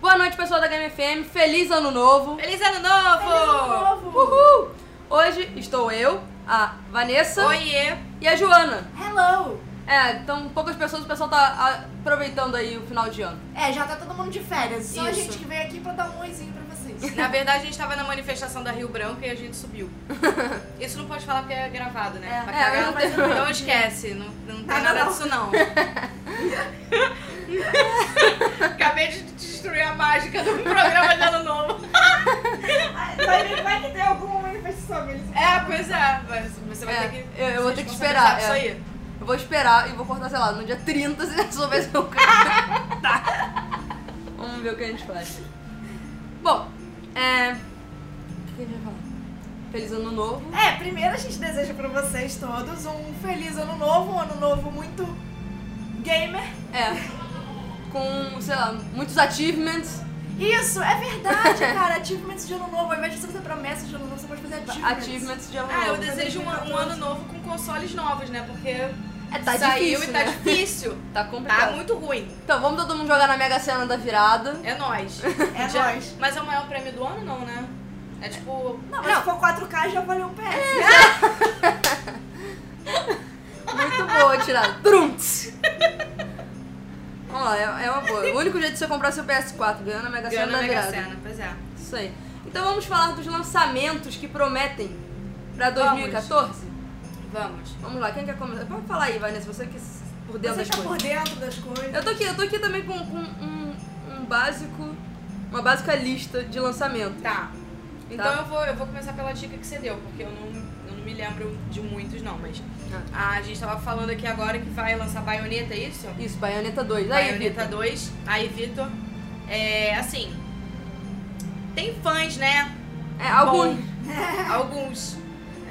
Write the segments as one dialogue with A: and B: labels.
A: Boa noite, pessoal da Game FM. Feliz ano novo.
B: Feliz ano novo!
C: Feliz ano novo!
A: Uhul! Hoje estou eu, a Vanessa
B: Oiê!
A: e a Joana.
C: Hello!
A: É, então poucas pessoas, o pessoal tá aproveitando aí o final de ano.
C: É, já tá todo mundo de férias. Só a
B: Isso.
C: gente que veio aqui pra dar um oizinho pra vocês.
B: Na verdade, a gente tava na manifestação da Rio Branco e a gente subiu. Isso não pode falar porque é gravado, né?
C: É,
B: Pra
A: é,
B: cagar.
A: não tem-
B: Então esquece, não, não tem
C: Nada
B: nada
C: não.
B: disso não. Acabei de destruir a mágica do programa de ano novo.
C: Ah, vai, vai que tem alguma manifestação deles.
B: É, pois é, mas você vai
A: É,
B: ter que.
A: eu- eu vou
B: se
A: ter que esperar,
B: responsabilizar
A: é.
B: por Isso
A: Eu vou esperar e vou cortar, sei lá, no dia 30 se resolver seu carro. Vamos ver o que a gente faz. Bom, é. O que a gente vai falar? Feliz ano novo.
C: É, primeiro a gente deseja pra vocês todos um feliz ano novo, um ano novo muito gamer.
A: É. Com, sei lá, muitos achievements.
C: Isso, é verdade, cara. Achievements de ano novo. Ao invés de você fazer promessas de ano novo, você pode fazer achievements.
A: Achievements de ano
B: aí. Ah, eu
A: novo.
B: desejo um, um ano novo com consoles novos, né? Porque
A: É, tá
B: saiu
A: difícil,
B: e
A: né?
B: tá difícil.
A: Tá
B: Tá
A: complicado.
B: muito ruim.
A: Então vamos todo mundo jogar na Mega Sena da virada.
B: É nóis.
C: É
B: Já-
C: nóis.
B: Mas é o maior prêmio do ano, não, né? É tipo.
C: Não, mas se for 4K já valeu um PS.
A: Muito boa tirada. Trunks! Vamos lá, é, é uma boa. O único jeito de você comprar seu PS4, ganhando a Mega Sena
B: Ganhando
A: da
B: a Mega
A: virada.
B: Sena, pois é.
A: Isso aí. Então vamos falar dos lançamentos que prometem pra 2014?
B: Vamos.
A: Vamos lá, quem quer começar? Vamos falar aí, Vanessa, você que s- por dentro
C: Você
A: das
C: tá por
A: coisas.
C: dentro das coisas.
A: Eu tô aqui, eu tô aqui também com, com um, um básico, uma básica lista de lançamento.
B: Tá. Então
A: Tá.
B: Eu, vou, eu vou começar pela dica que você deu, porque eu não, eu não me lembro de muitos, não, mas. A gente tava falando aqui agora que vai lançar Baioneta, é isso?
A: Isso, Bayonetta 2. Aí,
B: Baioneta
A: Vitor.
B: 2. Aí, Vitor. É. Assim. Tem fãs, né?
A: É, algum.
B: Bom, alguns.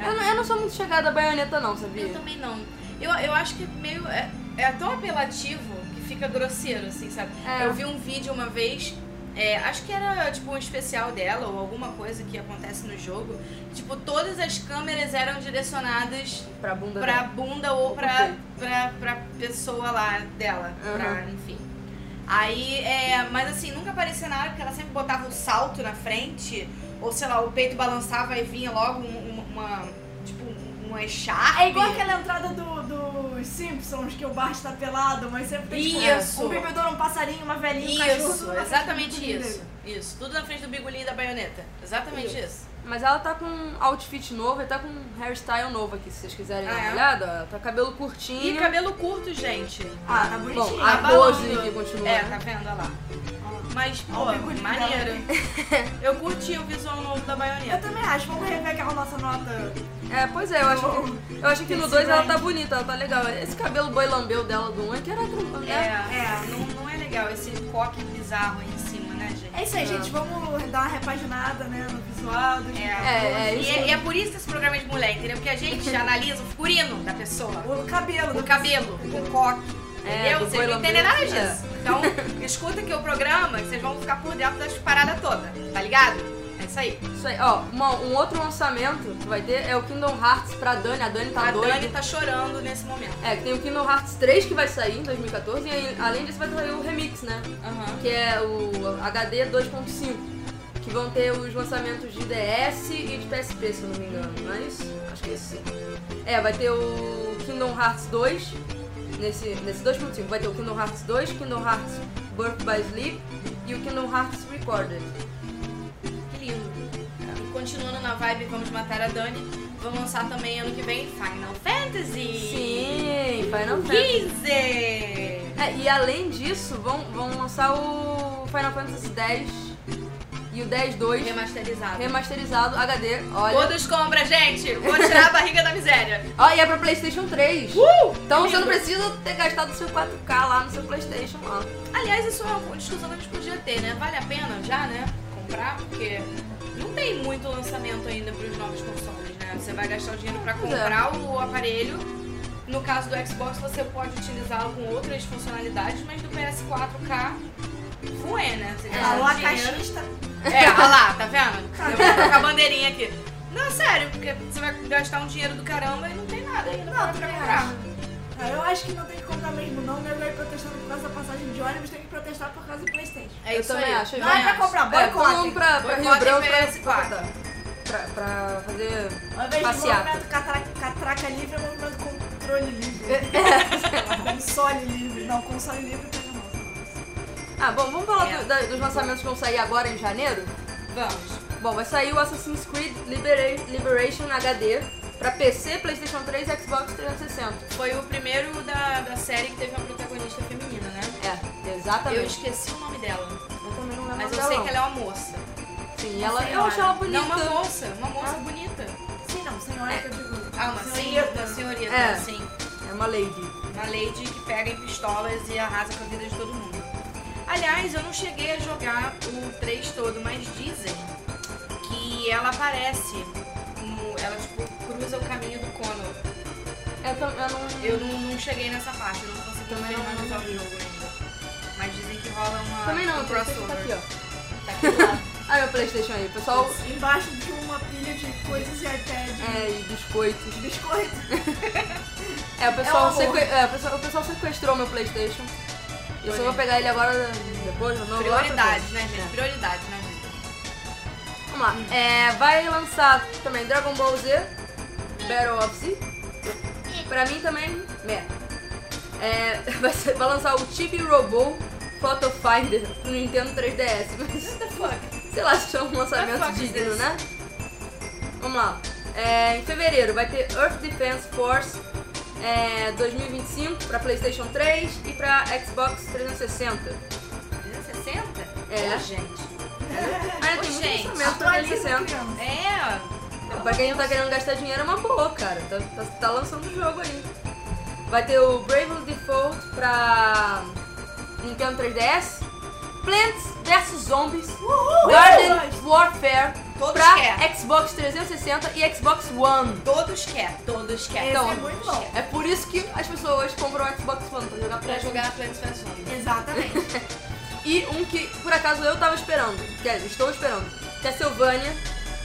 A: Eu, não- eu não sou muito chegada à baioneta, não, sabia?
B: Eu também não. Eu, eu acho que meio. É, é tão apelativo que fica grosseiro, assim, sabe?
A: É.
B: Eu vi um vídeo uma vez. é, acho que era tipo um especial dela ou alguma coisa que acontece no jogo. Tipo, todas as câmeras eram direcionadas
A: Pra bunda
B: pra
A: dela.
B: bunda ou pra, pra, pra pessoa lá dela.
A: Aham.
B: pra- enfim. Aí, é, mas assim, nunca aparecia nada, porque ela sempre botava o salto na frente, ou sei lá, o peito balançava e vinha logo um- um- uma. Tipo, um- uma echarpe.
C: É igual aquela entrada do, dos Simpsons, que o Bart tá pelado, mas sempre tem tipo,
B: Isso.
C: um bebedor, um passarinho, uma velhinha, um cachorro.
B: Isso,
C: tudo na frente do
B: exatamente
C: bico
B: isso.
C: dele.
B: Isso, tudo na frente do bigolinho da baioneta. Exatamente isso.
A: Mas ela tá com um outfit novo e tá com um hairstyle novo aqui, se vocês quiserem dar
B: Ah,
A: uma
B: é?
A: olhada. Ela tá com cabelo curtinho.
B: E cabelo curto, gente.
C: Ah, tá
A: Bom,
C: bonitinho.
A: a
B: Abalando.
A: pose que continua.
B: É,
A: né?
B: tá vendo? Olha lá. Mas, pô,
C: Olha o bigolinho
B: maneiro. Eu curti o visual novo da
C: Eu
B: baioneta.
C: também acho, vamos rever aquela nossa nota.
A: É, pois é, eu acho que, eu acho que no
C: Esse
A: 2 ela
C: range.
A: tá bonita, ela tá legal. Esse cabelo boi lambeu dela do 1 é que era tranquilo,
B: É,
A: né?
C: É.
B: Não, não é legal esse coque bizarro aí em cima, né, gente?
C: É isso aí,
A: É.
C: gente. Vamos dar uma repaginada, né, no visual. do-
A: É, é
B: e
A: isso
B: é, e é por isso que esse programa é de mulher, entendeu? Porque a gente analisa o figurino da pessoa.
C: O cabelo. né?
B: o
C: do-
B: cabelo, com coque.
A: É,
B: Entendeu?
A: do
B: Vocês não
A: Boi
B: entendem nada
A: Lambrete, é.
B: disso. Então, escuta aqui o programa que vocês vão ficar por dentro das paradas todas, tá ligado? É isso aí.
A: Isso aí, ó, uma- um outro lançamento que vai ter é o Kingdom Hearts pra Dani. A Dani tá
B: a
A: doida.
B: Dani tá chorando nesse momento.
A: É, que tem o Kingdom Hearts 3 que vai sair em 2014 e aí, além disso vai sair o remix, né?
B: Aham.
A: que é o HD 2.5, que vão ter os lançamentos de DS e de PSP, se eu não me engano, não é isso? Acho que é isso sim. É, vai ter o Kingdom Hearts 2, nesse, nesse 2.5 vai ter o Kingdom Hearts 2, Kingdom Hearts Birth by Sleep e o Kingdom Hearts Recorded.
B: Que lindo. E continuando na vibe Vamos Matar a Dani, vão lançar também ano que vem Final
A: Sim,
B: Fantasy
A: Final Fantasy.
B: 15!
A: É, e além disso, vão, vão lançar o Final Fantasy X e o X-2
B: Remasterizado.
A: remasterizado HD, olha.
B: Todos compra, gente! Vou tirar a barriga da miséria.
A: Ó, e é pra Playstation 3.
B: Uh!
A: Então você não precisa ter gastado seu 4K lá no seu Playstation lá.
B: Aliás, isso é uma discussão que a gente podia ter, né? Vale a pena já, né? Comprar, porque não tem muito lançamento ainda pros novos consoles, né? Você vai gastar o dinheiro pra
A: Pois é.
B: comprar o aparelho. No caso do Xbox, você pode utilizá-lo com outras funcionalidades, mas do PS4K, fuê, né?
A: É,
B: Você
C: Ah,
B: gasta
C: o
B: o dinheiro.
C: acaixista.
B: É, olha lá, tá vendo? Eu vou colocar a bandeirinha aqui. Não, sério, porque você vai gastar um dinheiro do caramba e não tem nada ainda
C: Não,
B: pra
C: tu
B: pra comprar.
C: me Ah, eu acho que não tem que comprar mesmo, não. Nego aí protestando por causa da passagem de ônibus, tem que protestar por causa do Playstation.
B: É
A: Eu
B: isso
A: também
B: aí.
A: acho, eu
C: Não é pra
B: acho.
C: comprar,
A: É, todo
C: boicote.
A: mundo pra, pra Rio
B: Boicote
A: Branco
B: PS4.
A: pra, pra, pra fazer.
C: Ao invés
A: Passeata.
B: né?
C: de movimento catraca, catraca livre, é movimento controle livre.
A: É.
C: console livre. Não, console livre tá na nossa.
A: Ah, bom, vamos falar
B: É.
A: do- da- dos lançamentos que vão sair agora em janeiro?
B: Vamos.
A: Bom, vai sair o Assassin's Creed Libera- Liberation HD pra PC, PlayStation 3 e Xbox 360.
B: Foi o primeiro da, da série que teve uma protagonista feminina, né?
A: É,
B: Eu
A: exatamente.
B: esqueci o nome dela.
A: Eu, também Tá não lembro
B: Mas
A: o
B: eu
A: nome
B: sei
A: dela,
B: que ela é uma moça.
A: não. Sim, ela, eu
B: Senhora.
A: acho ela bonita.
B: Não, uma moça. Uma moça bonita.
C: Sim, não, senhora que eu digo.
B: Ah, uma senhorita. Uma senhorita,
A: É.
B: sim.
A: É uma lady.
B: Uma lady que pega em pistolas e arrasa com a vida de todo mundo. Aliás, eu não cheguei a jogar o 3 todo, mas dizem que ela aparece. no- ela, tipo, cruza o caminho do Connor.
A: É, Eu, tam- eu não...
B: Eu não, não cheguei nessa parte, eu não consegui
A: Também não.
B: finalizar o jogo ainda. Mas dizem que rola uma.
A: Também não,
B: um
A: o PlayStation tá aqui,
B: crossover.
A: ó.
B: Tá aqui do lado.
A: Ah, meu PlayStation aí, pessoal.
C: Embaixo de uma pilha de coisas e até de
A: É, e biscoitos.
C: biscoito.
A: É, o pessoal,
C: É um amor.
A: seque- é, o pessoal, o pessoal sequestrou meu Playstation. Eu só
B: Olha.
A: vou pegar ele agora depois, não É.
B: Prioridades, né, gente? Prioridades, né, gente?
A: Vamos lá. É, vai lançar também Dragon Ball Z, Battle of Z. Pra mim também, meh. É, vai, ser- vai lançar o Chibi Robô Photo Finder pro Nintendo 3DS. Mas, sei lá, se chama um lançamento
B: fuck is
A: digno,
B: this?
A: né? Vamos lá. É, em fevereiro vai ter Earth Defense Force é, 2025 pra PlayStation 3 e pra Xbox 360.
B: 360?
A: É.
B: Ô, gente.
A: Ainda tem
B: Ô,
A: muito
B: gente,
A: lançamento pra
C: Atualiza
A: 360.
C: criança.
B: É.
A: Pra quem não tá querendo gastar dinheiro é uma boa, cara. Tá, tá- tá lançando o jogo aí. Vai ter o Bravely Default pra Nintendo 3DS. Plants vs Zombies. Garden Warfare
B: Todos
A: pra
B: quer.
A: Xbox 360 e Xbox One.
B: Todos quer, todos quer.
C: Esse
A: Então,
C: é muito bom.
A: É por isso que as pessoas compram o Xbox One pra jogar
B: pra
A: pra
B: jogar Plants vs Zombies.
C: Exatamente.
A: E um que, por acaso, eu tava esperando. Quer dizer, estou esperando. Castlevania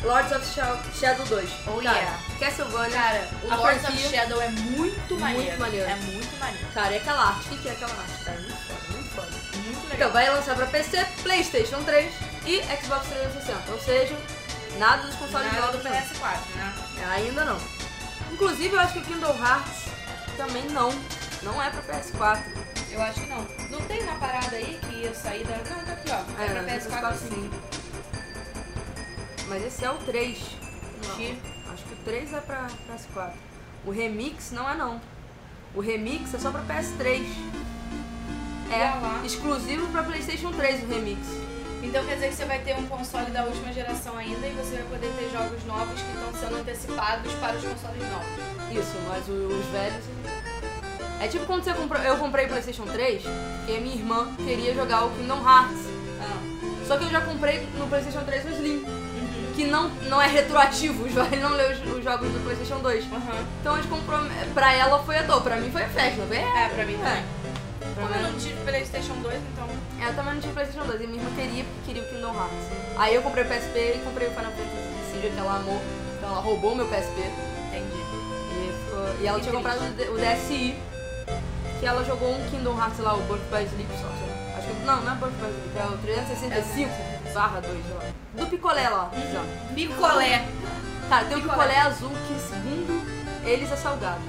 A: Lords of Shadow- Shadow 2.
B: Oh,
A: cara,
B: yeah.
A: Castlevania.
B: Cara, o
A: a
B: Lords of
A: franquia-
B: Shadow é muito maneiro.
A: maneiro.
B: É muito maneiro.
A: Cara, é aquela arte. O que que é aquela arte, cara? Muito foda, muito foda.
B: Muito legal.
A: Então, vai lançar pra PC, Playstation 3 e Xbox 360. Ou seja, nada dos consoles
B: Nada do
A: novos não.
B: PS4, né?
A: É, Ainda não. Inclusive, eu acho que Kingdom Hearts também não. Não é pra PS4.
B: Eu acho que não. Não tem uma parada aí que ia sair da. Não, tá aqui, ó. É,
A: É,
B: pra PS4 sim.
A: Mas esse é o 3.
B: Não.
A: Que- Acho que o 3 é pra PS4. O remix não é não. O remix é só pra PS3.
B: Olha lá.
A: É exclusivo pra Playstation 3 o remix.
B: Então quer dizer que você vai ter um console da última geração ainda e você vai poder ter jogos novos que estão sendo antecipados para os consoles novos.
A: Isso, mas o- os velhos. É tipo quando você comprou. Eu comprei o PlayStation 3, porque minha irmã queria jogar o Kingdom Hearts.
B: Ah,
A: Só que eu já comprei no PlayStation 3 o Slim,
B: Uhum.
A: que não, não é retroativo, os velhos não lê os, os jogos do PlayStation 2.
B: Aham.
A: Então a gente comprou. Pra ela foi a dor, pra mim foi a festa, não é?
B: É, pra mim também.
A: Pra
B: Como eu
A: mim-
B: não tive PlayStation 2, então.
A: Eu também não tinha PlayStation 2, e minha irmã queria, queria o Kingdom Hearts. Aí eu comprei o PSP e comprei o Final Fantasy Syria, que ela amou. Então ela roubou meu PSP.
B: Entendi.
A: E, ficou- e ela
B: Que
A: tinha comprado o D- o DSi, que ela jogou um Kingdom Hearts lá, o Birth by Sleep só. só. Acho que, não, não é Birth by Sleep, é o 365 barra 2, sei lá. Do picolé lá, só.
B: Picolé.
A: Cara, tem um
B: Picolé.
A: picolé azul que, segundo eles, é salgado.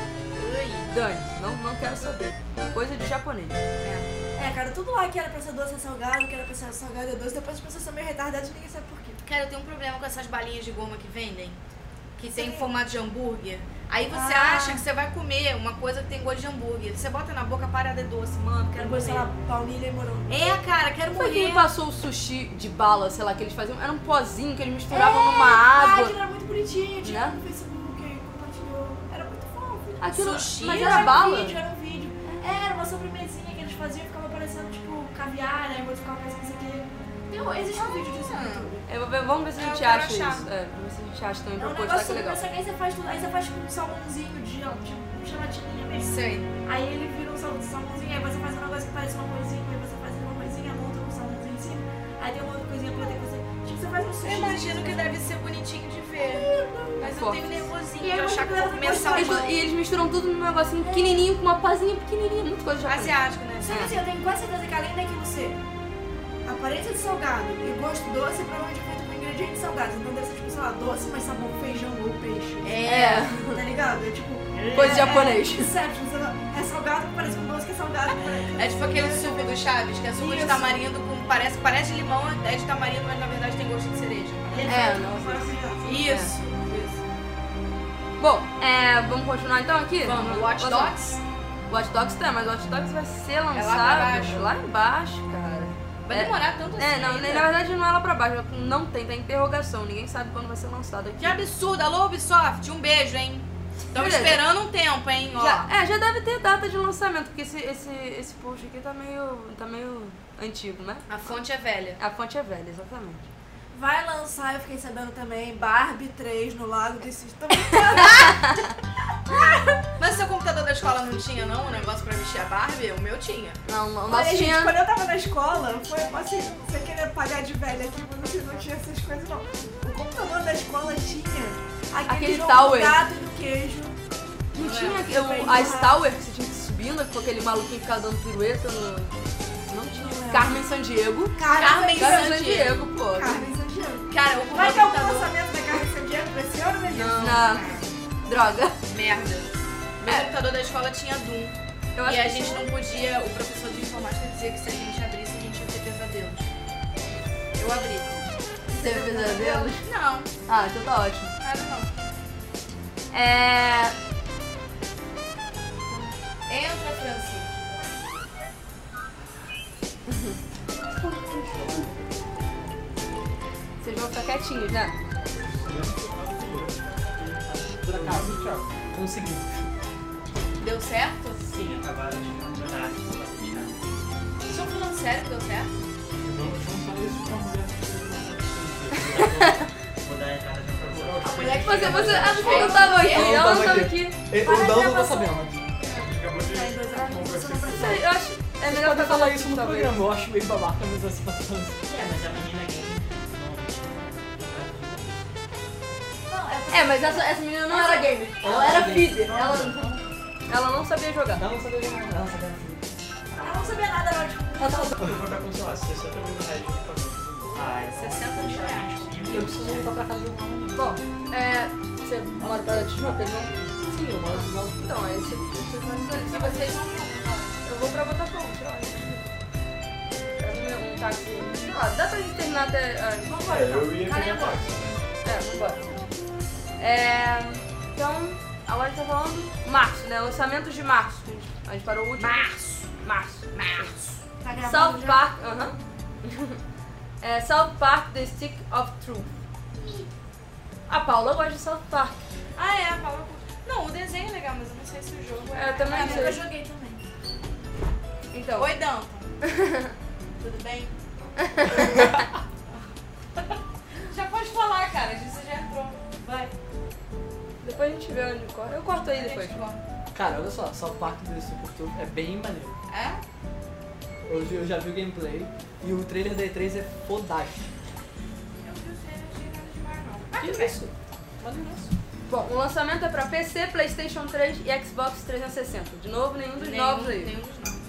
B: Ui.
A: Dane, não, não quero saber. Coisa de japonês.
B: É.
C: É, cara, tudo lá que era pra ser doce é salgado, que era pra ser salgado é doce, depois as pessoas são meio retardadas e ninguém sabe por quê.
B: Cara, eu tenho um problema com essas balinhas de goma que vendem. Que tem
C: Sim.
B: formato de hambúrguer. Aí você
C: Ah.
B: acha que você vai comer uma coisa que tem gosto de hambúrguer. Você bota na boca, a parada é doce. Mano, quero
C: Quero
B: comer.
C: comer, sei lá, baunilha e morango.
B: É, cara, quero
A: Foi
B: morrer.
A: quem passou o sushi de bala, sei lá, que eles faziam. Era um pozinho que eles misturavam
B: É,
A: numa água.
C: Ah, aquilo era muito bonitinho, tinha
A: Né?
C: no Facebook, aí compartilhou. Era muito fofo.
A: Aquilo,
B: Sushi?
A: mas
C: era
A: era
C: um
A: bala?
C: vídeo, era um vídeo. Era uma sobremesinha que eles faziam, ficava parecendo, tipo, caviar, aí modificava mais isso aqui. Tem, um- existe um vídeo disso no
B: Ah.
C: YouTube.
A: Eu vou ver- vamos ver se a
B: É,
A: gente
B: eu quero
A: acha
B: achar.
A: isso. É, vamos ver se a gente acha também
C: É
A: pra
C: um
A: postar que
C: negócio
A: é legal.
C: super, só que aí você faz tudo, aí você faz tipo um salmãozinho de, ó, tipo, um gelatininha mesmo.
B: Sei.
C: Aí ele vira um sal- salmãozinho, aí você faz um negócio que parece uma coisinha, aí você faz uma coisinha, monta um salmãozinho em cima,
A: É
C: aí tem uma outra coisinha pra ter que fazer. Tipo, você faz um sushi.
B: Eu imagino que deve ser bonitinho de ver. Mas eu
A: fortes.
B: tenho nervosinho
C: E
B: de
C: é
B: achar que eu vou
C: muito
B: comer
C: engraçado.
A: Eles-
B: salmão
A: e eles misturam tudo num negocinho pequenininho com uma pazinha pequenininha, muita coisa japonesa.
B: asiático, né?
C: Só que assim, eu tenho quase certeza que além daquilo ser aparência de salgado e gosto doce, provavelmente é feito com ingredientes salgados. Então deve ser tipo, sei lá, doce, mas sabor feijão ou peixe.
A: É,
C: Tá ligado? É tipo.
A: coisa
C: é,
A: de japonês.
C: É, Inception, sei lá. É salgado que parece com doce que é salgado.
B: É tipo aquele suco do Chaves, que é suco de
C: Isso.
B: tamarindo com. Parece, parece limão, é de tamarindo, mas na verdade tem gosto de cereja.
A: É, não. É.
C: Maravilhoso.
B: Isso.
A: Bom, é, vamos continuar então aqui?
B: Vamos, Watch Dogs. É
A: Watch Dogs tá, mas Watch Dogs vai ser lançado
B: baixo.
A: lá embaixo, cara.
B: Vai
A: É.
B: demorar tanto assim.
A: É, não,
B: ainda.
A: na verdade não é lá pra baixo, não tem, tá interrogação, ninguém sabe quando vai ser lançado aqui.
B: Que absurdo, alô Ubisoft, um beijo, hein? Estamos
A: Beleza.
B: esperando um tempo, hein? Ó.
A: Já- é, já deve ter data de lançamento, porque esse, esse, esse post aqui tá meio, tá meio antigo, né?
B: A fonte é velha.
A: A fonte é velha, exatamente.
C: Vai lançar, eu fiquei sabendo também, Barbie 3 no Lago desses também.
B: Mas seu computador da escola não tinha, não, um negócio pra vestir a Barbie? O meu tinha.
A: Não, o
C: Olha,
A: nosso
C: gente,
A: tinha...
C: quando eu tava na escola, foi assim, você queria pagar de velha aqui, mas você não tinha essas coisas, não. O computador da escola tinha aquele,
A: Aquele
C: jogo
A: tower.
C: do gato e do queijo.
A: Não
B: Não
A: tinha
B: é?
A: aquele- o- a Stower que você tinha que ir subindo com aquele maluquinho que ficava dando pirueta no. Não
C: Não
A: tinha. né?
C: é.
A: Carmen Sandiego. Carmen
B: Carmen Sandiego.
A: Sandiego, pô.
C: Carmen Sandiego.
B: Cara, o
C: Vai
B: meu
C: ter algum
B: computador. tá
C: lançamento da Carmen Sandiego pra esse ano, meu Deus?
B: Não.
A: Na. Droga.
B: Merda. Meu
A: É.
B: computador da escola tinha Doom.
A: Eu
B: E
A: acho
B: a
A: que
B: gente não podia, o professor de informática dizia que se a gente abrisse, a gente ia ter pesadelos. Eu abri.
A: teve
B: né?
A: pesadelos.
B: Não,
A: Ah, então tá ótimo.
B: nada não.
A: É.
B: Entra, Francisco.
A: Vocês vão ficar quietinhos, né?
D: Por acaso, Thiago, consegui.
B: Deu certo?
D: Sim, acabaram de mandar.
B: Vocês estão falando sério que deu certo?
D: Vamos juntar isso com a mulher. Vou dar errada já pra você. A mulher
A: Você, você. Ah, você
B: Ela
A: não tava aqui. Ela
D: não
A: não
D: tava
A: tava
D: aqui.
A: aqui.
D: E- O Dão não tá sabendo.
C: Tá em dois anos, você não vai
A: Isso aí, Eu acho. É melhor
D: Pode
A: ficar
D: falar
A: falando
D: isso no
A: talvez.
D: programa, eu acho meio babaca, mas assim, assim.
E: É, mas a menina gay.
C: Não, é porque
A: É, mas essa, essa menina não era gamer. Ela era feeder. Ela, ela não sabia jogar.
D: Ela não sabia de nada, ela não sabia de
C: ela não sabia nada, ela tipo...
D: nada.
E: Eu vou dar com, sei lá, 60 mil reais de Ah, equipamento.
D: Ai,
B: 60 Ah, é mil reais.
D: Eu preciso voltar pra casa de um homem.
A: Bom, é. Você mora pra Tijuca, não?
D: Sim, eu moro de um
A: Então, é isso. Se vocês não. Eu vou pra Botafogo, sei lá. Quero comer um táxi. Ah, dá pra gente terminar até. ah,
C: Vambora, então.
E: É, Eu ia
C: Calem a
E: pegar um
C: boca.
A: É, vambora. É. Então, agora a gente tá falando março, né? Lançamentos de março. que a gente- A gente parou o último.
B: Março.
A: Março. Março.
C: Tá
B: É
C: gravando
A: South
B: né?
C: já?
A: Park. Aham. é, South Park The Stick of Truth. A Paula gosta de South Park.
B: Ah, é, a Paula. Não, o desenho é legal, mas eu não sei se o jogo é.
A: É, eu também
C: Ah,
A: não
C: nunca
A: sei.
C: joguei também.
A: Então.
B: Oi, Danton. Tudo bem? já pode falar, cara, você já entrou. Vai,
A: Depois a gente vê onde corta. Eu corto aí depois.
B: É?
D: Cara, olha só, South Park do Super Tour é bem maneiro. Hoje eu já vi o gameplay e o trailer da E3 é fodástico.
B: Eu vi o trailer, achei nada demais, não.
D: Que isso? Maneiro isso.
A: Bom, o lançamento é pra PC, Playstation 3 e Xbox 360. De novo, nenhum dos novos aí.
B: Nenhum dos novos.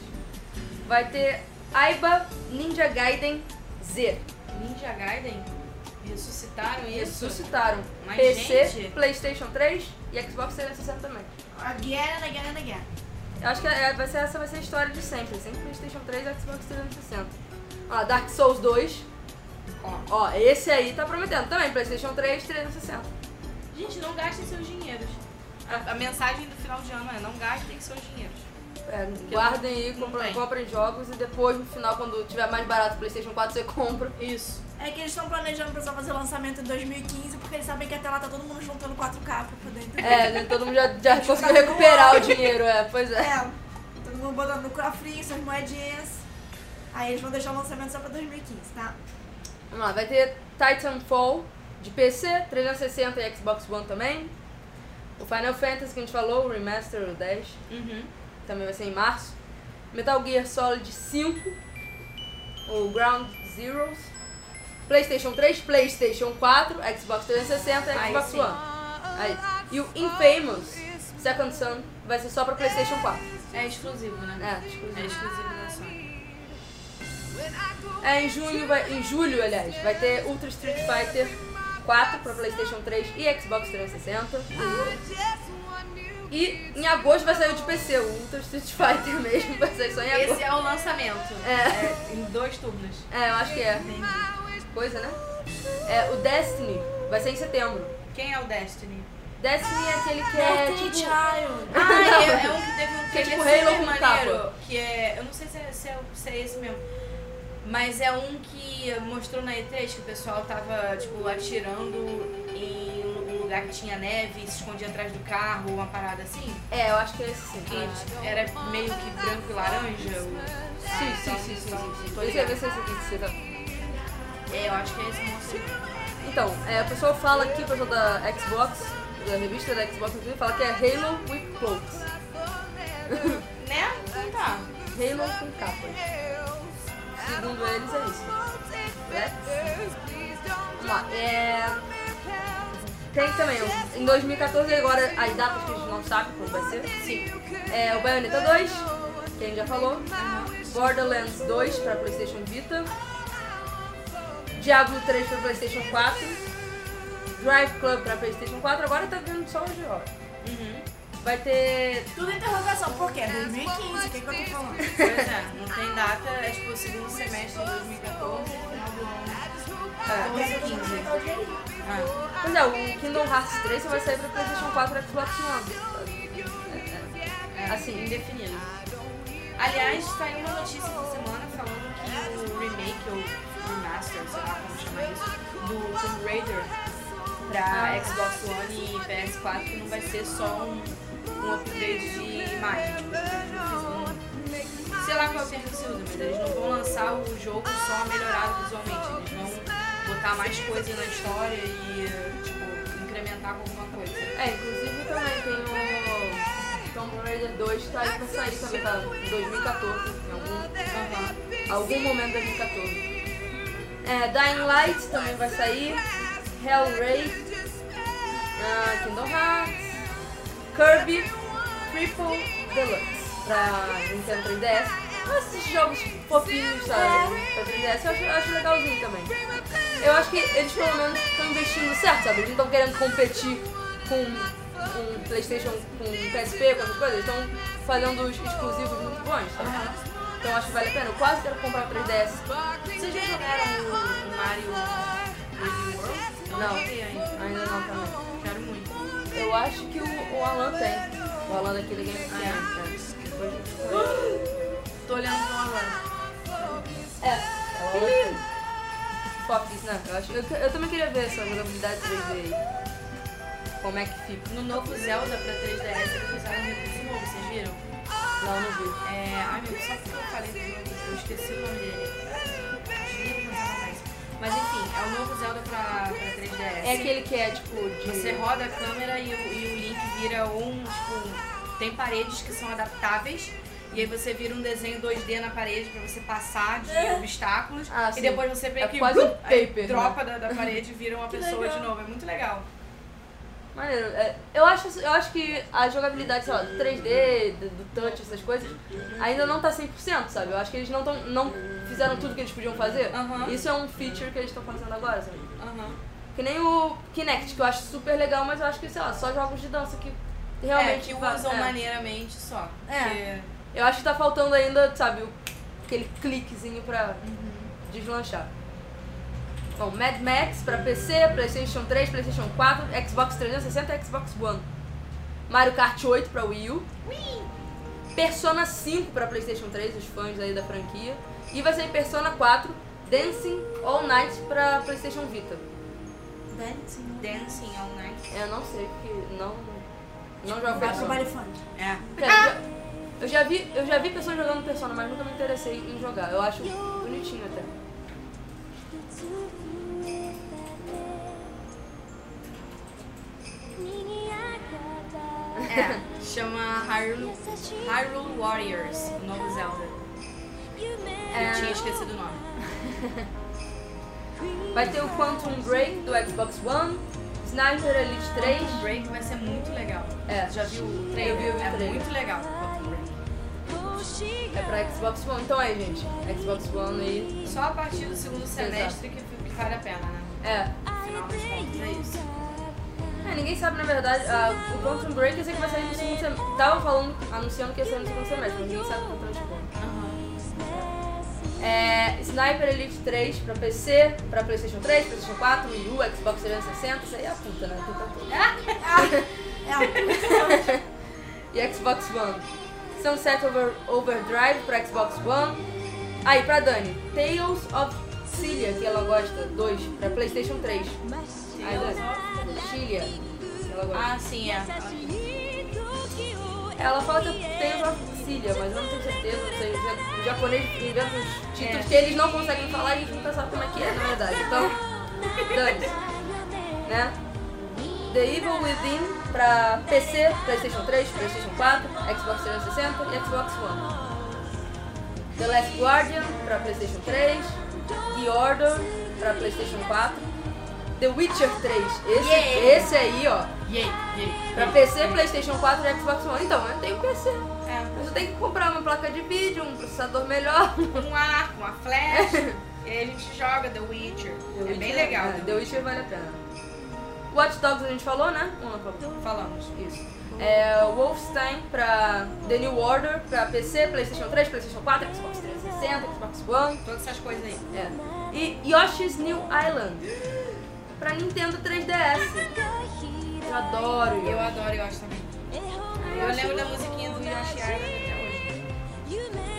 A: Vai ter Aiba Ninja Gaiden Z.
B: Ninja Gaiden? Ressuscitaram isso?
A: Ressuscitaram.
B: Mas,
A: PC,
B: gente-
A: Playstation 3 e Xbox 360 também.
C: Again and again and again.
A: Eu acho que é- vai ser, essa vai ser a história de sempre. Sempre Playstation 3 e Xbox 360. Ó, Dark Souls 2.
B: Ó.
A: Ó, esse aí tá prometendo também. Playstation 3, 360.
B: Gente, não gastem seus dinheiros. A, a mensagem do final de ano é não gastem seus dinheiros.
A: É, guardem aí,
B: não
A: compra-
B: tem.
A: comprem jogos e depois no final, quando tiver mais barato o Playstation 4, você compra.
B: Isso.
C: É que eles estão planejando pra só fazer o lançamento em 2015, porque eles sabem que até lá tá todo mundo juntando 4K pra poder entrar.
A: É, né, todo mundo já, já conseguiu recuperar o dinheiro, é, pois é.
C: É, todo mundo botando no cofrinho, suas moedinhas. Aí eles vão deixar o lançamento só pra 2015, tá?
A: Vamos lá, vai ter Titanfall de PC, 360 e Xbox One também. O Final Fantasy que a gente falou, o Remaster o 10,
B: Uhum.
A: também vai ser em março. Metal Gear Solid 5, o Ground Zeroes. PlayStation 3, PlayStation 4, Xbox 360 e
B: Aí
A: Xbox
B: sim.
A: One. Aí. E o Infamous Second Son vai ser só pra PlayStation 4.
B: É exclusivo, né?
A: É, exclusivo.
B: É exclusivo da Sony.
A: É, em junho, vai, em julho, aliás, vai ter Ultra Street Fighter 4 para PlayStation 3 e Xbox 360. E em agosto vai sair o de PC, o Ultra Street Fighter mesmo, vai sair só em agosto.
B: Esse é o lançamento. É. Em dois turnos.
A: É, eu acho que é. Coisa, né? É, o Destiny vai ser em setembro.
B: Quem é o Destiny?
A: Destiny é aquele que é tipo...
C: Child.
B: Ah, é, é um que teve um
A: Que é tipo
B: trailer
A: Halo
B: super
A: com capa.
B: Que é. Eu não sei se é, se é, se é esse mesmo. Mas é um que mostrou na E3 que o pessoal tava, tipo, atirando em um lugar que tinha neve e se escondia atrás do carro, uma parada assim.
A: É, eu acho que é esse sim.
B: Que era meio que branco e laranja. o-
A: Sim, sim, sim, sim, sim, sim. Deixa
B: Tô
A: eu
B: ligada.
A: ver se é esse aqui que você tá...
B: É, eu acho que é esse monstro.
A: Então, é, o pessoal fala aqui, o pessoal da Xbox, da revista da Xbox, inclusive, fala que é Halo with Cloaks.
B: Né? Então tá.
A: Halo com capa. Segundo eles, é isso. Né? Vamos lá. É... Tem também, o- em 2014, agora as datas que a gente não sabe como vai ser. Sim. É o Bayonetta 2, que a gente já falou. Borderlands 2 para PlayStation Vita. Diablo 3 para PlayStation 4. Drive Club para PlayStation 4. Agora tá vindo só o GO.
B: Uhum.
A: Vai ter
C: Tudo interrogação, por quê? 2015, o que, que eu tô falando?
B: Pois é, não tem data, é tipo o segundo semestre de 2014, final do ano.
A: É.
B: 14 e 15. Ah,
A: Pois é, o Kingdom Hearts 3 só vai sair pra Playstation 4 e Xbox One. sabe? É, é.
B: assim,
A: Assim,
B: indefinido. Aliás, saiu uma notícia essa semana falando que o remake, ou remaster, sei lá como chama isso, do Tomb Raider pra Xbox One e PS4 não vai ser só um, um upgrade de imagem. Tipo, eles não fizeram- sei lá qual é o termo que se usa, mas eles não vão lançar o jogo só melhorado visualmente. Eles vão botar mais coisa na história e, tipo, incrementar com alguma coisa.
A: é, inclusive também tem o Tomb Raider 2 tá aí pra sair também, tá? Em 2014, em algum,
B: Aham.
A: algum momento de 2014. É, Dying Light também vai sair. Hellray. ah, Kingdom Hearts. Kirby Triple Deluxe pra Nintendo 3DS. Mas esses jogos fofinhos, sabe? Pra 3DS eu acho, eu acho legalzinho também. Eu acho que eles pelo menos estão investindo certo, sabe? Eles não estão querendo competir com com Playstation, com PSP, com essas coisas. Eles estão fazendo os exclusivos muito bons, sabe? Então eu acho que vale a pena. Eu quase quero comprar o 3DS.
B: Vocês já jogaram o Mario 3D World?
A: Não.
B: joguei ainda.
A: Ainda não também.
B: Quero muito.
A: Eu acho que o, o Alan tem. O Alan daquele game.
B: Ah, é.
A: é.
B: Tô olhando pra agora.
A: É. Ele... Fox, né? Eu, acho, eu, eu também queria ver essa jogabilidade 3D aí. Como é que fica?
B: No novo Zelda pra 3DS, eles fizeram um recurso novo, vocês viram?
A: Não, não vi.
B: É... Ai, meu, só porque eu falei do nome, eu esqueci o nome dele. Nem vou lembrar mais. Mas enfim, é o novo Zelda pra, pra 3DS.
A: É aquele que é tipo de.
B: Você roda a câmera e o, e o Link vira um, tipo, tem paredes que são adaptáveis. E aí você vira um desenho 2D na parede pra você passar de obstáculos.
A: Ah,
B: e
A: sim.
B: depois você vê
A: É
B: que
A: quase um
B: blup,
A: paper,
B: aí
A: né?
B: dropa da, da parede e vira uma pessoa
A: legal.
B: de novo. É muito legal.
A: Maneiro. É, eu, acho, eu acho que a jogabilidade, sei lá, do 3D, do, do touch, essas coisas, ainda não tá 100%, sabe? Eu acho que eles não, tão, não fizeram tudo que eles podiam fazer.
B: Aham.
A: Isso é um feature que eles estão fazendo agora, sabe?
B: Aham.
A: Que nem o Kinect, que eu acho super legal, mas eu acho que, sei lá, só jogos de dança que
B: É,
A: realmente
B: que
A: fa-
B: usam
A: é.
B: maneiramente só.
A: É. Eu acho que tá faltando ainda, sabe, o- aquele cliquezinho pra deslanchar. Bom, Mad Max pra PC, Playstation 3, Playstation 4, Xbox 360 e Xbox One. Mario Kart 8 pra Wii U. Persona 5 pra Playstation 3, os fãs aí da franquia. E vai sair Persona 4, Dancing All Night pra Playstation Vita. É,
B: Dancing. Dancing é um, né? all night.
A: Eu não sei, porque não... Não jogo
C: Vai pro
A: Persona.
C: baile funk.
B: É.
A: Cara, eu já- eu já vi, eu já vi pessoas jogando Persona, mas nunca me interessei em jogar. Eu acho bonitinho até.
B: É. Chama Hyrule, Hyrule Warriors, o novo Zelda.
A: É.
B: Eu tinha esquecido o nome.
A: Vai ter o Quantum Break do Xbox One, Sniper Elite 3.
B: Quantum Break vai ser muito legal.
A: É.
B: Já viu o
A: Eu
B: trailer?
A: vi o
B: é
A: trailer.
B: muito legal. Quantum Break.
A: É pra Xbox One. Então é, gente. Xbox One aí.
B: Só a partir do segundo semestre que, que vale a pena, né?
A: É.
B: Afinal das contas, é isso.
A: É, ninguém sabe, na verdade, ah, o Quantum Break eu sei que vai sair no segundo semestre. Tava falando, anunciando que ia sair no segundo semestre, mas ninguém sabe o tanto de quanto. É, Sniper Elite 3 pra PC, pra Playstation 3, Playstation 4, Wii U, Xbox 360, isso aí é a puta, né? Puta toda.
C: É a
A: um E Xbox One. Sunset Over Overdrive pra Xbox One. Aí, pra Dani, Tales of Cilia, que ela gosta, 2, pra Playstation 3. Aí, Dani, Cilia, que ela gosta.
B: Ah, sim, é.
A: Ela fala que tem uma Sicília, mas eu não tenho certeza, não sei. O japonês inventa uns títulos que eles não conseguem falar e a gente nunca sabe como é que é, na verdade. Então, dane-se. Né? The Evil Within pra PC, Playstation 3, Playstation 4, Xbox 360 e Xbox One. The Last Guardian pra Playstation 3, The Order pra Playstation 4, The Witcher 3, esse,
B: Yeah.
A: esse aí, ó.
B: E aí? E aí?
A: Pra PC, Playstation 4 e Xbox One. Então, eu tenho PC.
B: É.
A: Mas eu tenho que comprar uma placa de vídeo, um processador melhor.
B: Um arco, uma flecha. e aí a gente joga The Witcher. é bem legal.
A: É, The Witcher vale a pena. Watch Dogs a gente falou, né? Um lá pra
B: Falamos.
A: Isso. É, Wolfenstein pra The New Order, pra PC, Playstation 3, Playstation 4, Xbox 360, Xbox One.
B: Todas essas coisas aí.
A: É. E Yoshi's New Island pra Nintendo 3DS. Eu adoro.
B: Eu
A: Yoshi.
B: adoro eu acho também. Eu lembro da musiquinha do Yoshi Island até hoje.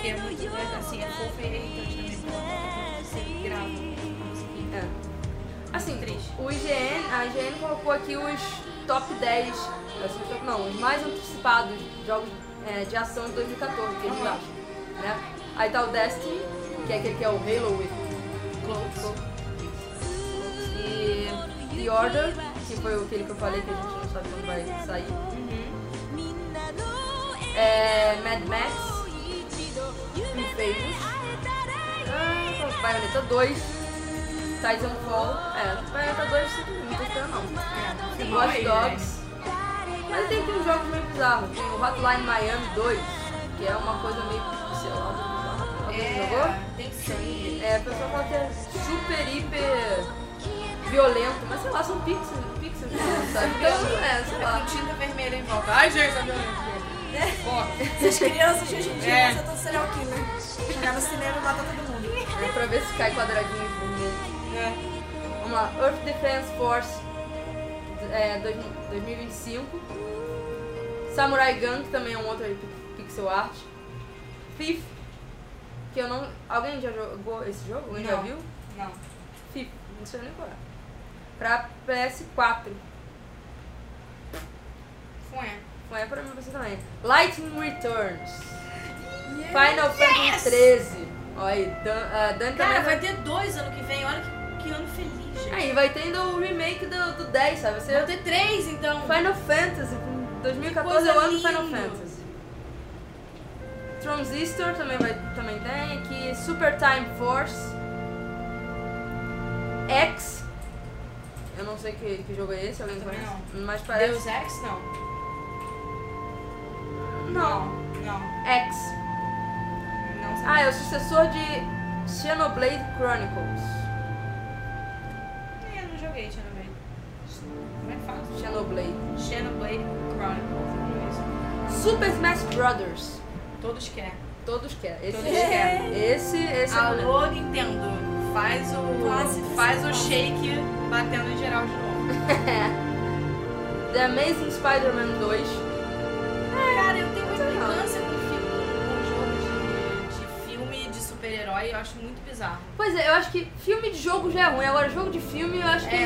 B: Que é muito doida, assim, é fofa e irritante também. né? Você grava a musiquinha.
A: É. Assim,
B: Triste.
A: o IGN, a IGN colocou aqui os top 10, assim, os top- não, os mais antecipados jogos é, de ação de 2014, que eles
B: Aham.
A: acham, né? Aí tá o Destiny, que é aquele que é o Halo with Close. E The Order, que foi aquele que eu falei que a gente não sabe quando vai sair.
B: Uhum.
A: É, Mad Max. Infamous. Ah, Bayonetta 2. Titanfall. É, Bayonetta 2 não tô esperando não.
B: Não
A: Watch
B: é,
A: Dogs. Mas tem aqui uns jogos meio bizarros. Tem o Hotline Miami 2, que é uma coisa meio pixelada. Alguém jogou?
B: É, tem sangue.
A: É, o pessoal fala que é super, hiper violento, mas sei lá, são pixels, pixels, né, sabe? Então, é, sei
B: É
A: lá.
B: com tinta vermelha em volta. Ai, gente, tá violento. Foca.
C: Essas crianças de hoje em dia
B: É.
C: é. são todos serial killer. Chegar no cinema e matar todo mundo.
A: É pra ver se cai quadradinho vermelho.
B: É.
A: Vamos lá, Earth Defense Force é, dois- 2025. Samurai Gun, que também é um outro aí, pi- pixel art. Thief, que eu não. Alguém já jogou esse jogo? Alguém já
B: Não.
A: viu?
B: Não.
A: Thief, não sei nem qual é. Pra PS4.
B: Foi.
A: Não é pra mim você também. Lightning Returns. Final Fantasy 13. Olha aí, Dan, ah, Dani
B: Cara,
A: também
B: vai ter dois ano que vem. Olha que, que ano feliz, gente.
A: Aí, vai tendo o remake do, do 10, sabe? Você
B: Vai ter três, então.
A: Final Fantasy. 2014
B: Que
A: é o
B: coisa
A: ano do Final
B: lindo.
A: Fantasy. Transistor também, vai, também tem aqui. Super Time Force. X. Eu não sei que, que jogo é esse, alguém
B: Também
A: conhece?
B: não.
A: Mas parece.
B: Deus Ex, não. Não. Não.
A: X.
B: Não sei.
A: Ah, é o sucessor de Xenoblade Chronicles.
B: É, eu não joguei Xenoblade. Como é que fala?
A: Xenoblade.
B: Xenoblade Chronicles. eu não conheço.
A: Super Smash Brothers.
B: Todos querem.
A: Todos querem. Esse
B: Todos
A: é.
B: querem.
A: Esse, esse é o
B: Alô, Nintendo. Faz o,
C: Clássico.
B: faz o shake batendo em geral de novo.
A: The Amazing Spider-Man 2.
B: Cara, eu tenho muita
A: Sei lá.
B: implicância com filme, com jogo de, de filme de super-herói. Eu acho muito bizarro.
A: Pois é, eu acho que filme de jogo já é ruim. Agora, jogo de filme, eu acho que,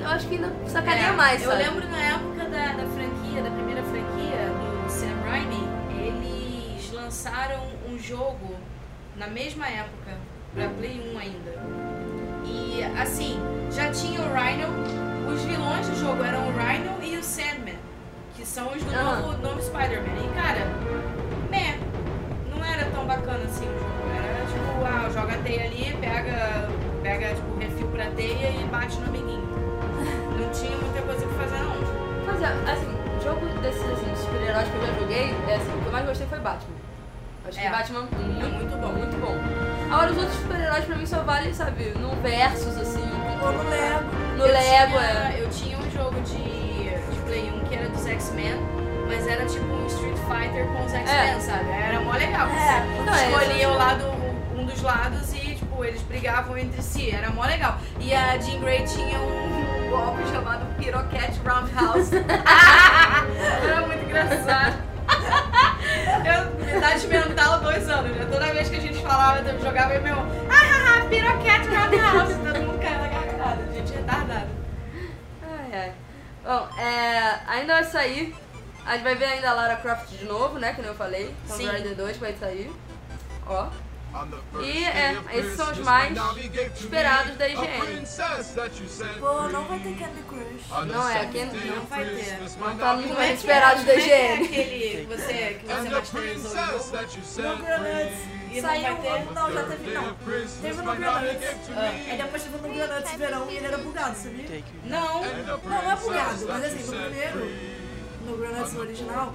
A: eu acho que ainda sacaria
B: É,
A: É, mais,
B: Eu
A: sabe?
B: lembro na época da, da franquia, da primeira franquia do Sam Raimi, eles lançaram um jogo na mesma época, pra Play 1 ainda. E assim, já tinha o Rhino, os vilões do jogo eram o Rhino e o Sandman, que são os do
A: Ah.
B: novo, novo Spider-Man. E cara, né, não era tão bacana assim o jogo. Era tipo, ah, joga a teia ali, pega, pega tipo, refil pra teia e bate no amiguinho. Não tinha muita coisa pra fazer, não.
A: Mas é, assim, jogo desses assim, de super-heróis que eu já joguei, é, assim, o que eu mais gostei foi Batman. Acho que
B: É.
A: Batman muito,
B: É muito bom.
A: muito bom. Agora os outros super-heróis pra mim só valem, sabe, num versus, assim, um
C: Ou
A: pouco-
C: no Lego.
A: no
B: Eu
A: Lego,
B: tinha-
A: é.
B: Eu tinha um jogo de, de Play 1 que era dos X-Men, mas era tipo um Street Fighter com os X-Men, sabe? Era mó legal. assim.
C: É,
B: Você
A: então é,
B: escolhia o lado, um dos lados e, tipo, eles brigavam entre si. Era mó legal. E a Jean Grey tinha um golpe chamado Piroquete Roundhouse. era muito engraçado. Eu, idade mental, dois anos. né? Toda vez que a gente falava, eu jogava eu meu. Ah, ah, ah, piroquete roundhouse. Todo mundo caiu na gargalhada. Gente é retardada.
A: Ai, ai. Bom, é, ainda vai sair. A gente vai ver ainda a Lara Croft de novo, né? Que nem eu falei. Tomb
B: Sim.
A: Raider 2 vai sair. Ó.
F: E é, esses são os mais esperados da IGN.
C: Pô, não vai ter Candy Crush.
F: Não é, aqui
B: Não vai ter.
F: Não tá
A: tá
F: no
A: no-
B: Como é que
A: Esperados
B: é? Como é
A: da
B: que é
A: higiene.
B: aquele que você, que
C: é
B: você masterizou o jogo?
C: No Granuts.
B: assim? E não
C: Saiu
B: vai ter?
C: um. Não, já teve não. Teve no Granuts. Aí depois teve no Granuts de verão e ele era bugado, sabia?
B: Não.
C: Não, não é bugado, mas assim, no primeiro, no Granuts original,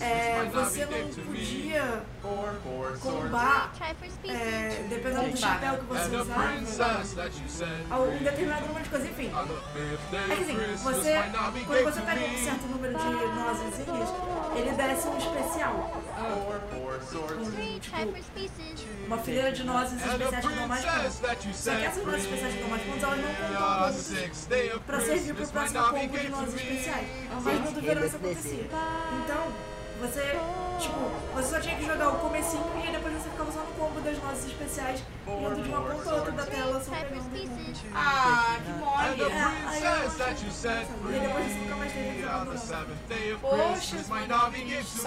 C: é, você não podia combar,
G: Try for speed.
C: é, dependendo do chapéu que você usava, algum determinado número de coisas, enfim. É que assim, você, quando você pega um certo número de nozezinhas, ele desce um especial. tipo,
G: Three, try for spaces.
C: Uma fileira de nozes especiais que dão mais pontos. Só que essas nozes especiais que dão mais pontos, elas não contam todos pra servir pro próximo combo de nozes especiais. Mas no do verão isso acontecia. Então, você, tipo, você só tinha que jogar o comecinho e depois você ficava só no combo das nozes especiais indo de uma ponta a outra da tela só
G: Try for
C: pegando um
G: spaces.
B: Ah, que mole.
C: E depois você fica mais tempo jogando não.
B: Poxa, só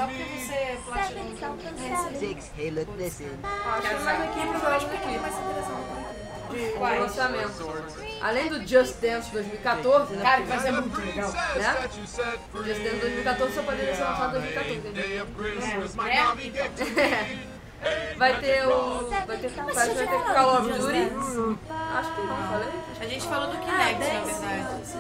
B: porque você é
A: é
G: Seven,
B: platinou.
G: Falcon seven.
H: Six, hey, look, listen.
A: Acho mais aqui pro
C: Eu acho
A: jogo
C: que aqui
A: aqui.
C: vai ser interessante.
A: O
B: Quais?
A: lançamento.
G: Three,
A: Além do
G: try for
A: Just
G: spaces.
A: Dance 2014, né?
B: Cara, vai ser muito legal.
A: Né? Just Dance 2014 só poderia ser lançado em 2014. Vai ter o. Vai ter, parece que vai ter Call of Duty. Acho que não, falei.
B: A gente falou do Kinect, na verdade.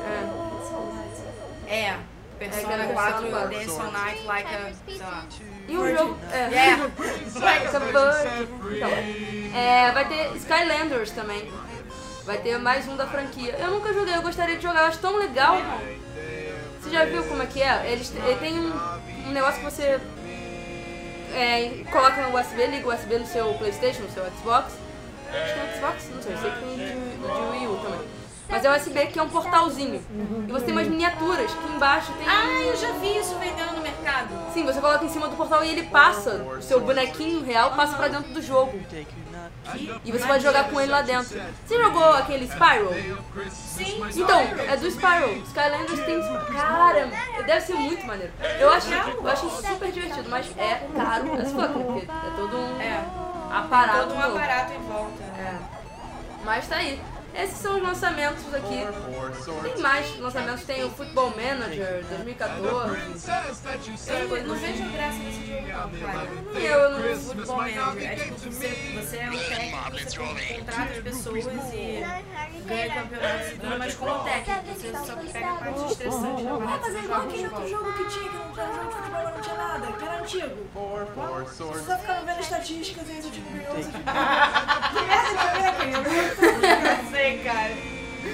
A: É.
B: É. Persona
A: Persona
B: 4,
A: 4.
B: Dance all Night, like a...
G: Try
B: Sei lá.
G: for spaces.
A: E um jogo. É.
B: Yeah.
A: É, Vai ter Skylanders também. Vai ter mais um da franquia. Eu nunca joguei, eu gostaria de jogar, eu acho tão legal. Você já viu como é que é? Eles ele tem um, um negócio que você é, coloca no USB, liga o USB no seu Playstation, no seu Xbox. Acho que é Xbox, não sei, eu sei que tem um de, de Wii U também. Mas é um USB que é um portalzinho. E você tem umas miniaturas que embaixo tem.
B: Ah, eu já vi isso vendendo no mercado.
A: Sim, você coloca em cima do portal e ele passa, o seu bonequinho real passa pra dentro do jogo. E você pode jogar com ele lá dentro. Você jogou aquele Spyro?
B: Sim.
A: Então, é do Spyro. Skylanders tem. Cara, deve ser muito maneiro. Eu acho, eu acho super divertido, mas é caro as fuck, né? porque é todo um
B: É.
A: aparato.
B: Todo um
A: novo.
B: aparato em volta.
A: É. Mas tá aí. Esses são os lançamentos aqui. Tem mais lançamentos, tem o Football Manager 2014.
B: Eu não vejo graça nesse jogo, não, cara.
A: E eu não
B: O Futebol manager. É tipo, você, você é um técnico, você contrata as pessoas e ganha campeonatos e tudo, mas como técnico, você só que pega a parte estressante da
C: Ah,
B: parte
C: mas é
B: dos
C: igual aquele
B: jogos.
C: outro jogo que tinha, que não tinha jogo de futebol, mas não tinha nada, que era antigo. Você só ficava vendo estatísticas e aí o time ganhou, outro time ganhou. Que merda de ver, querido?
B: Não sei, cara.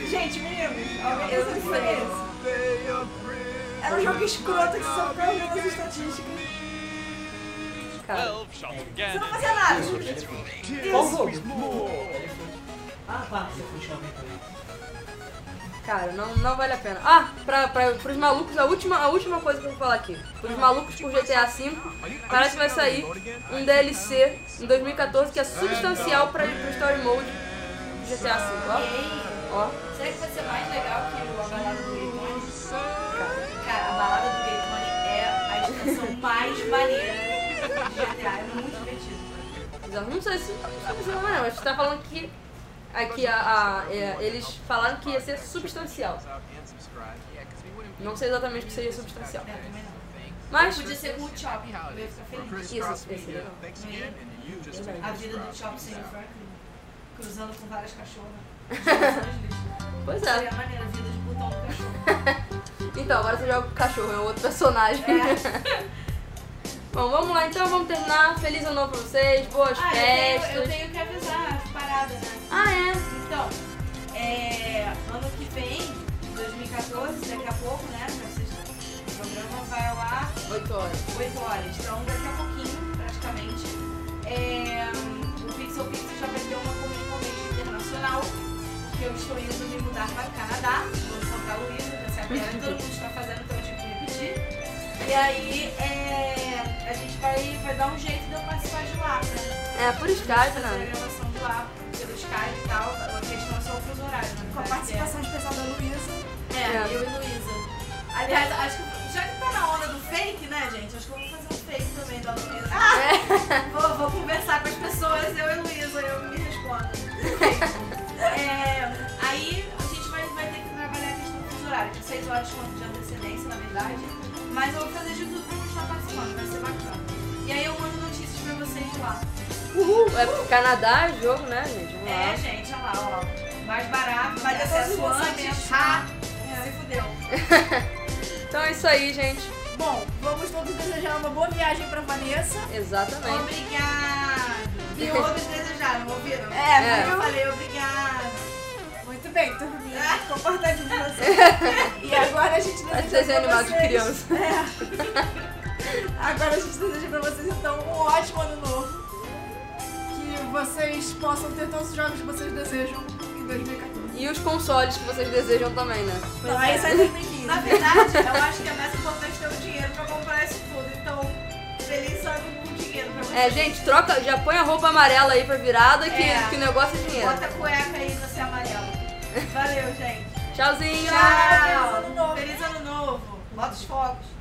C: Gente, meninos, alguém eu não sei. Era um jogo escroto que só ficava vendo as estatísticas.
A: Cara,
C: Você não fazia nada, gente.
D: Qual jogo? Ah, tá. Você foi jovem também.
A: Cara, não, não vale a pena. Ah, pra, pra, pros malucos, a última, a última coisa que eu vou falar aqui. Pros malucos por GTA V, parece que vai sair um DLC em 2014 que é substancial pra, pro Story Mode do GTA V. Ó, ó.
B: Será que vai ser mais legal que o- a balada do Gaytone? Cara, a balada do Gaytone é a estação mais maneira de GTA. É muito divertido.
A: bizarro. Não sei se não sei não, mas você tá falando que aqui a, a- é, eles falaram que ia ser substancial. Não sei exatamente o que seria substancial. Mas
B: Podia ser com o Chop, eu ia ficar feliz.
A: isso, esse legal.
B: A vida do Chop um sem o Franklin, cruzando com várias cachorras. Los Angeles.
A: Pois é.
B: Seria maneiro a vida de botão do cachorro.
A: Então, agora você joga com o cachorro, é outro personagem.
C: É.
A: Bom, vamos lá então, vamos terminar. Feliz ano novo pra vocês, boas
C: Ah, eu
A: festas.
C: tenho, eu tenho que avisar as paradas, né?
A: Ah, é.
C: Então, é, ano que vem, 2014, daqui a pouco, né? vocês- O programa vai ao ar
A: 8 horas.
C: 8 horas, então daqui a pouquinho, praticamente. É, o Pixel Pixel já vai ter uma correspondente internacional, porque eu estou indo me mudar para o Canadá, vou encontrar a Luísa, essa piada todo mundo está fazendo, então eu tive que repetir. E aí, é, a gente vai, vai dar um jeito de eu participar de lá, né?
A: É, por Skype,
C: fazer a
A: né?
C: gravação de lá, pelo Skype e tal. A questão é só o fuso horário, né?
B: Com a participação especial da Luísa.
C: É,
A: É.
C: eu e Luísa. Aliás, acho que já que tá na onda do fake, né, gente? Acho que eu vou fazer um fake também da Luísa.
A: Ah!
C: Vou, vou conversar com as pessoas, eu e Luísa, eu me respondo. É, aí a gente vai, vai ter que trabalhar a questão do fuso horário, de 6 horas de antecedência, na verdade. Mas eu vou fazer de tudo pra continuar participando, vai ser bacana. E aí eu mando notícias pra vocês de lá.
A: Uhul. É pro Canadá, é jogo, né, gente? Vamos
C: É,
A: lá.
C: gente, olha lá, ó. Mais barato, mais
B: Vai ter todos
C: acesso
B: os é.
C: antes.
B: lançamentos.
C: Ah, se fudeu.
A: Então é isso aí, gente.
B: Bom, vamos todos desejar uma boa viagem pra Vanessa.
A: Exatamente.
C: Obrigado. E outros desejaram, ouviram?
A: É,
C: Eu falei Ah. obrigado.
B: Muito bem, tudo bem. Compartilhe com você. E agora a gente deseja
C: Tá
A: Faz desenho
B: pra
A: animado de
B: vocês-
A: criança.
B: É. Agora a gente deseja pra vocês, então, um ótimo ano novo. Que vocês possam ter todos os jogos que vocês desejam em 2014.
A: E os consoles que vocês desejam também, né?
B: Então, é isso aí, 2015.
C: Na verdade, eu acho que é mais importante ter o dinheiro pra comprar isso tudo. Então, feliz ano com dinheiro pra você.
A: É, gente, troca, já põe a roupa amarela aí pra virada que,
C: É.
A: que o negócio é dinheiro.
C: Bota a cueca aí pra ser amarelo. Valeu, gente.
A: Tchauzinho!
C: Tchau.
B: Feliz ano novo.
C: Feliz ano novo. Bota os fogos.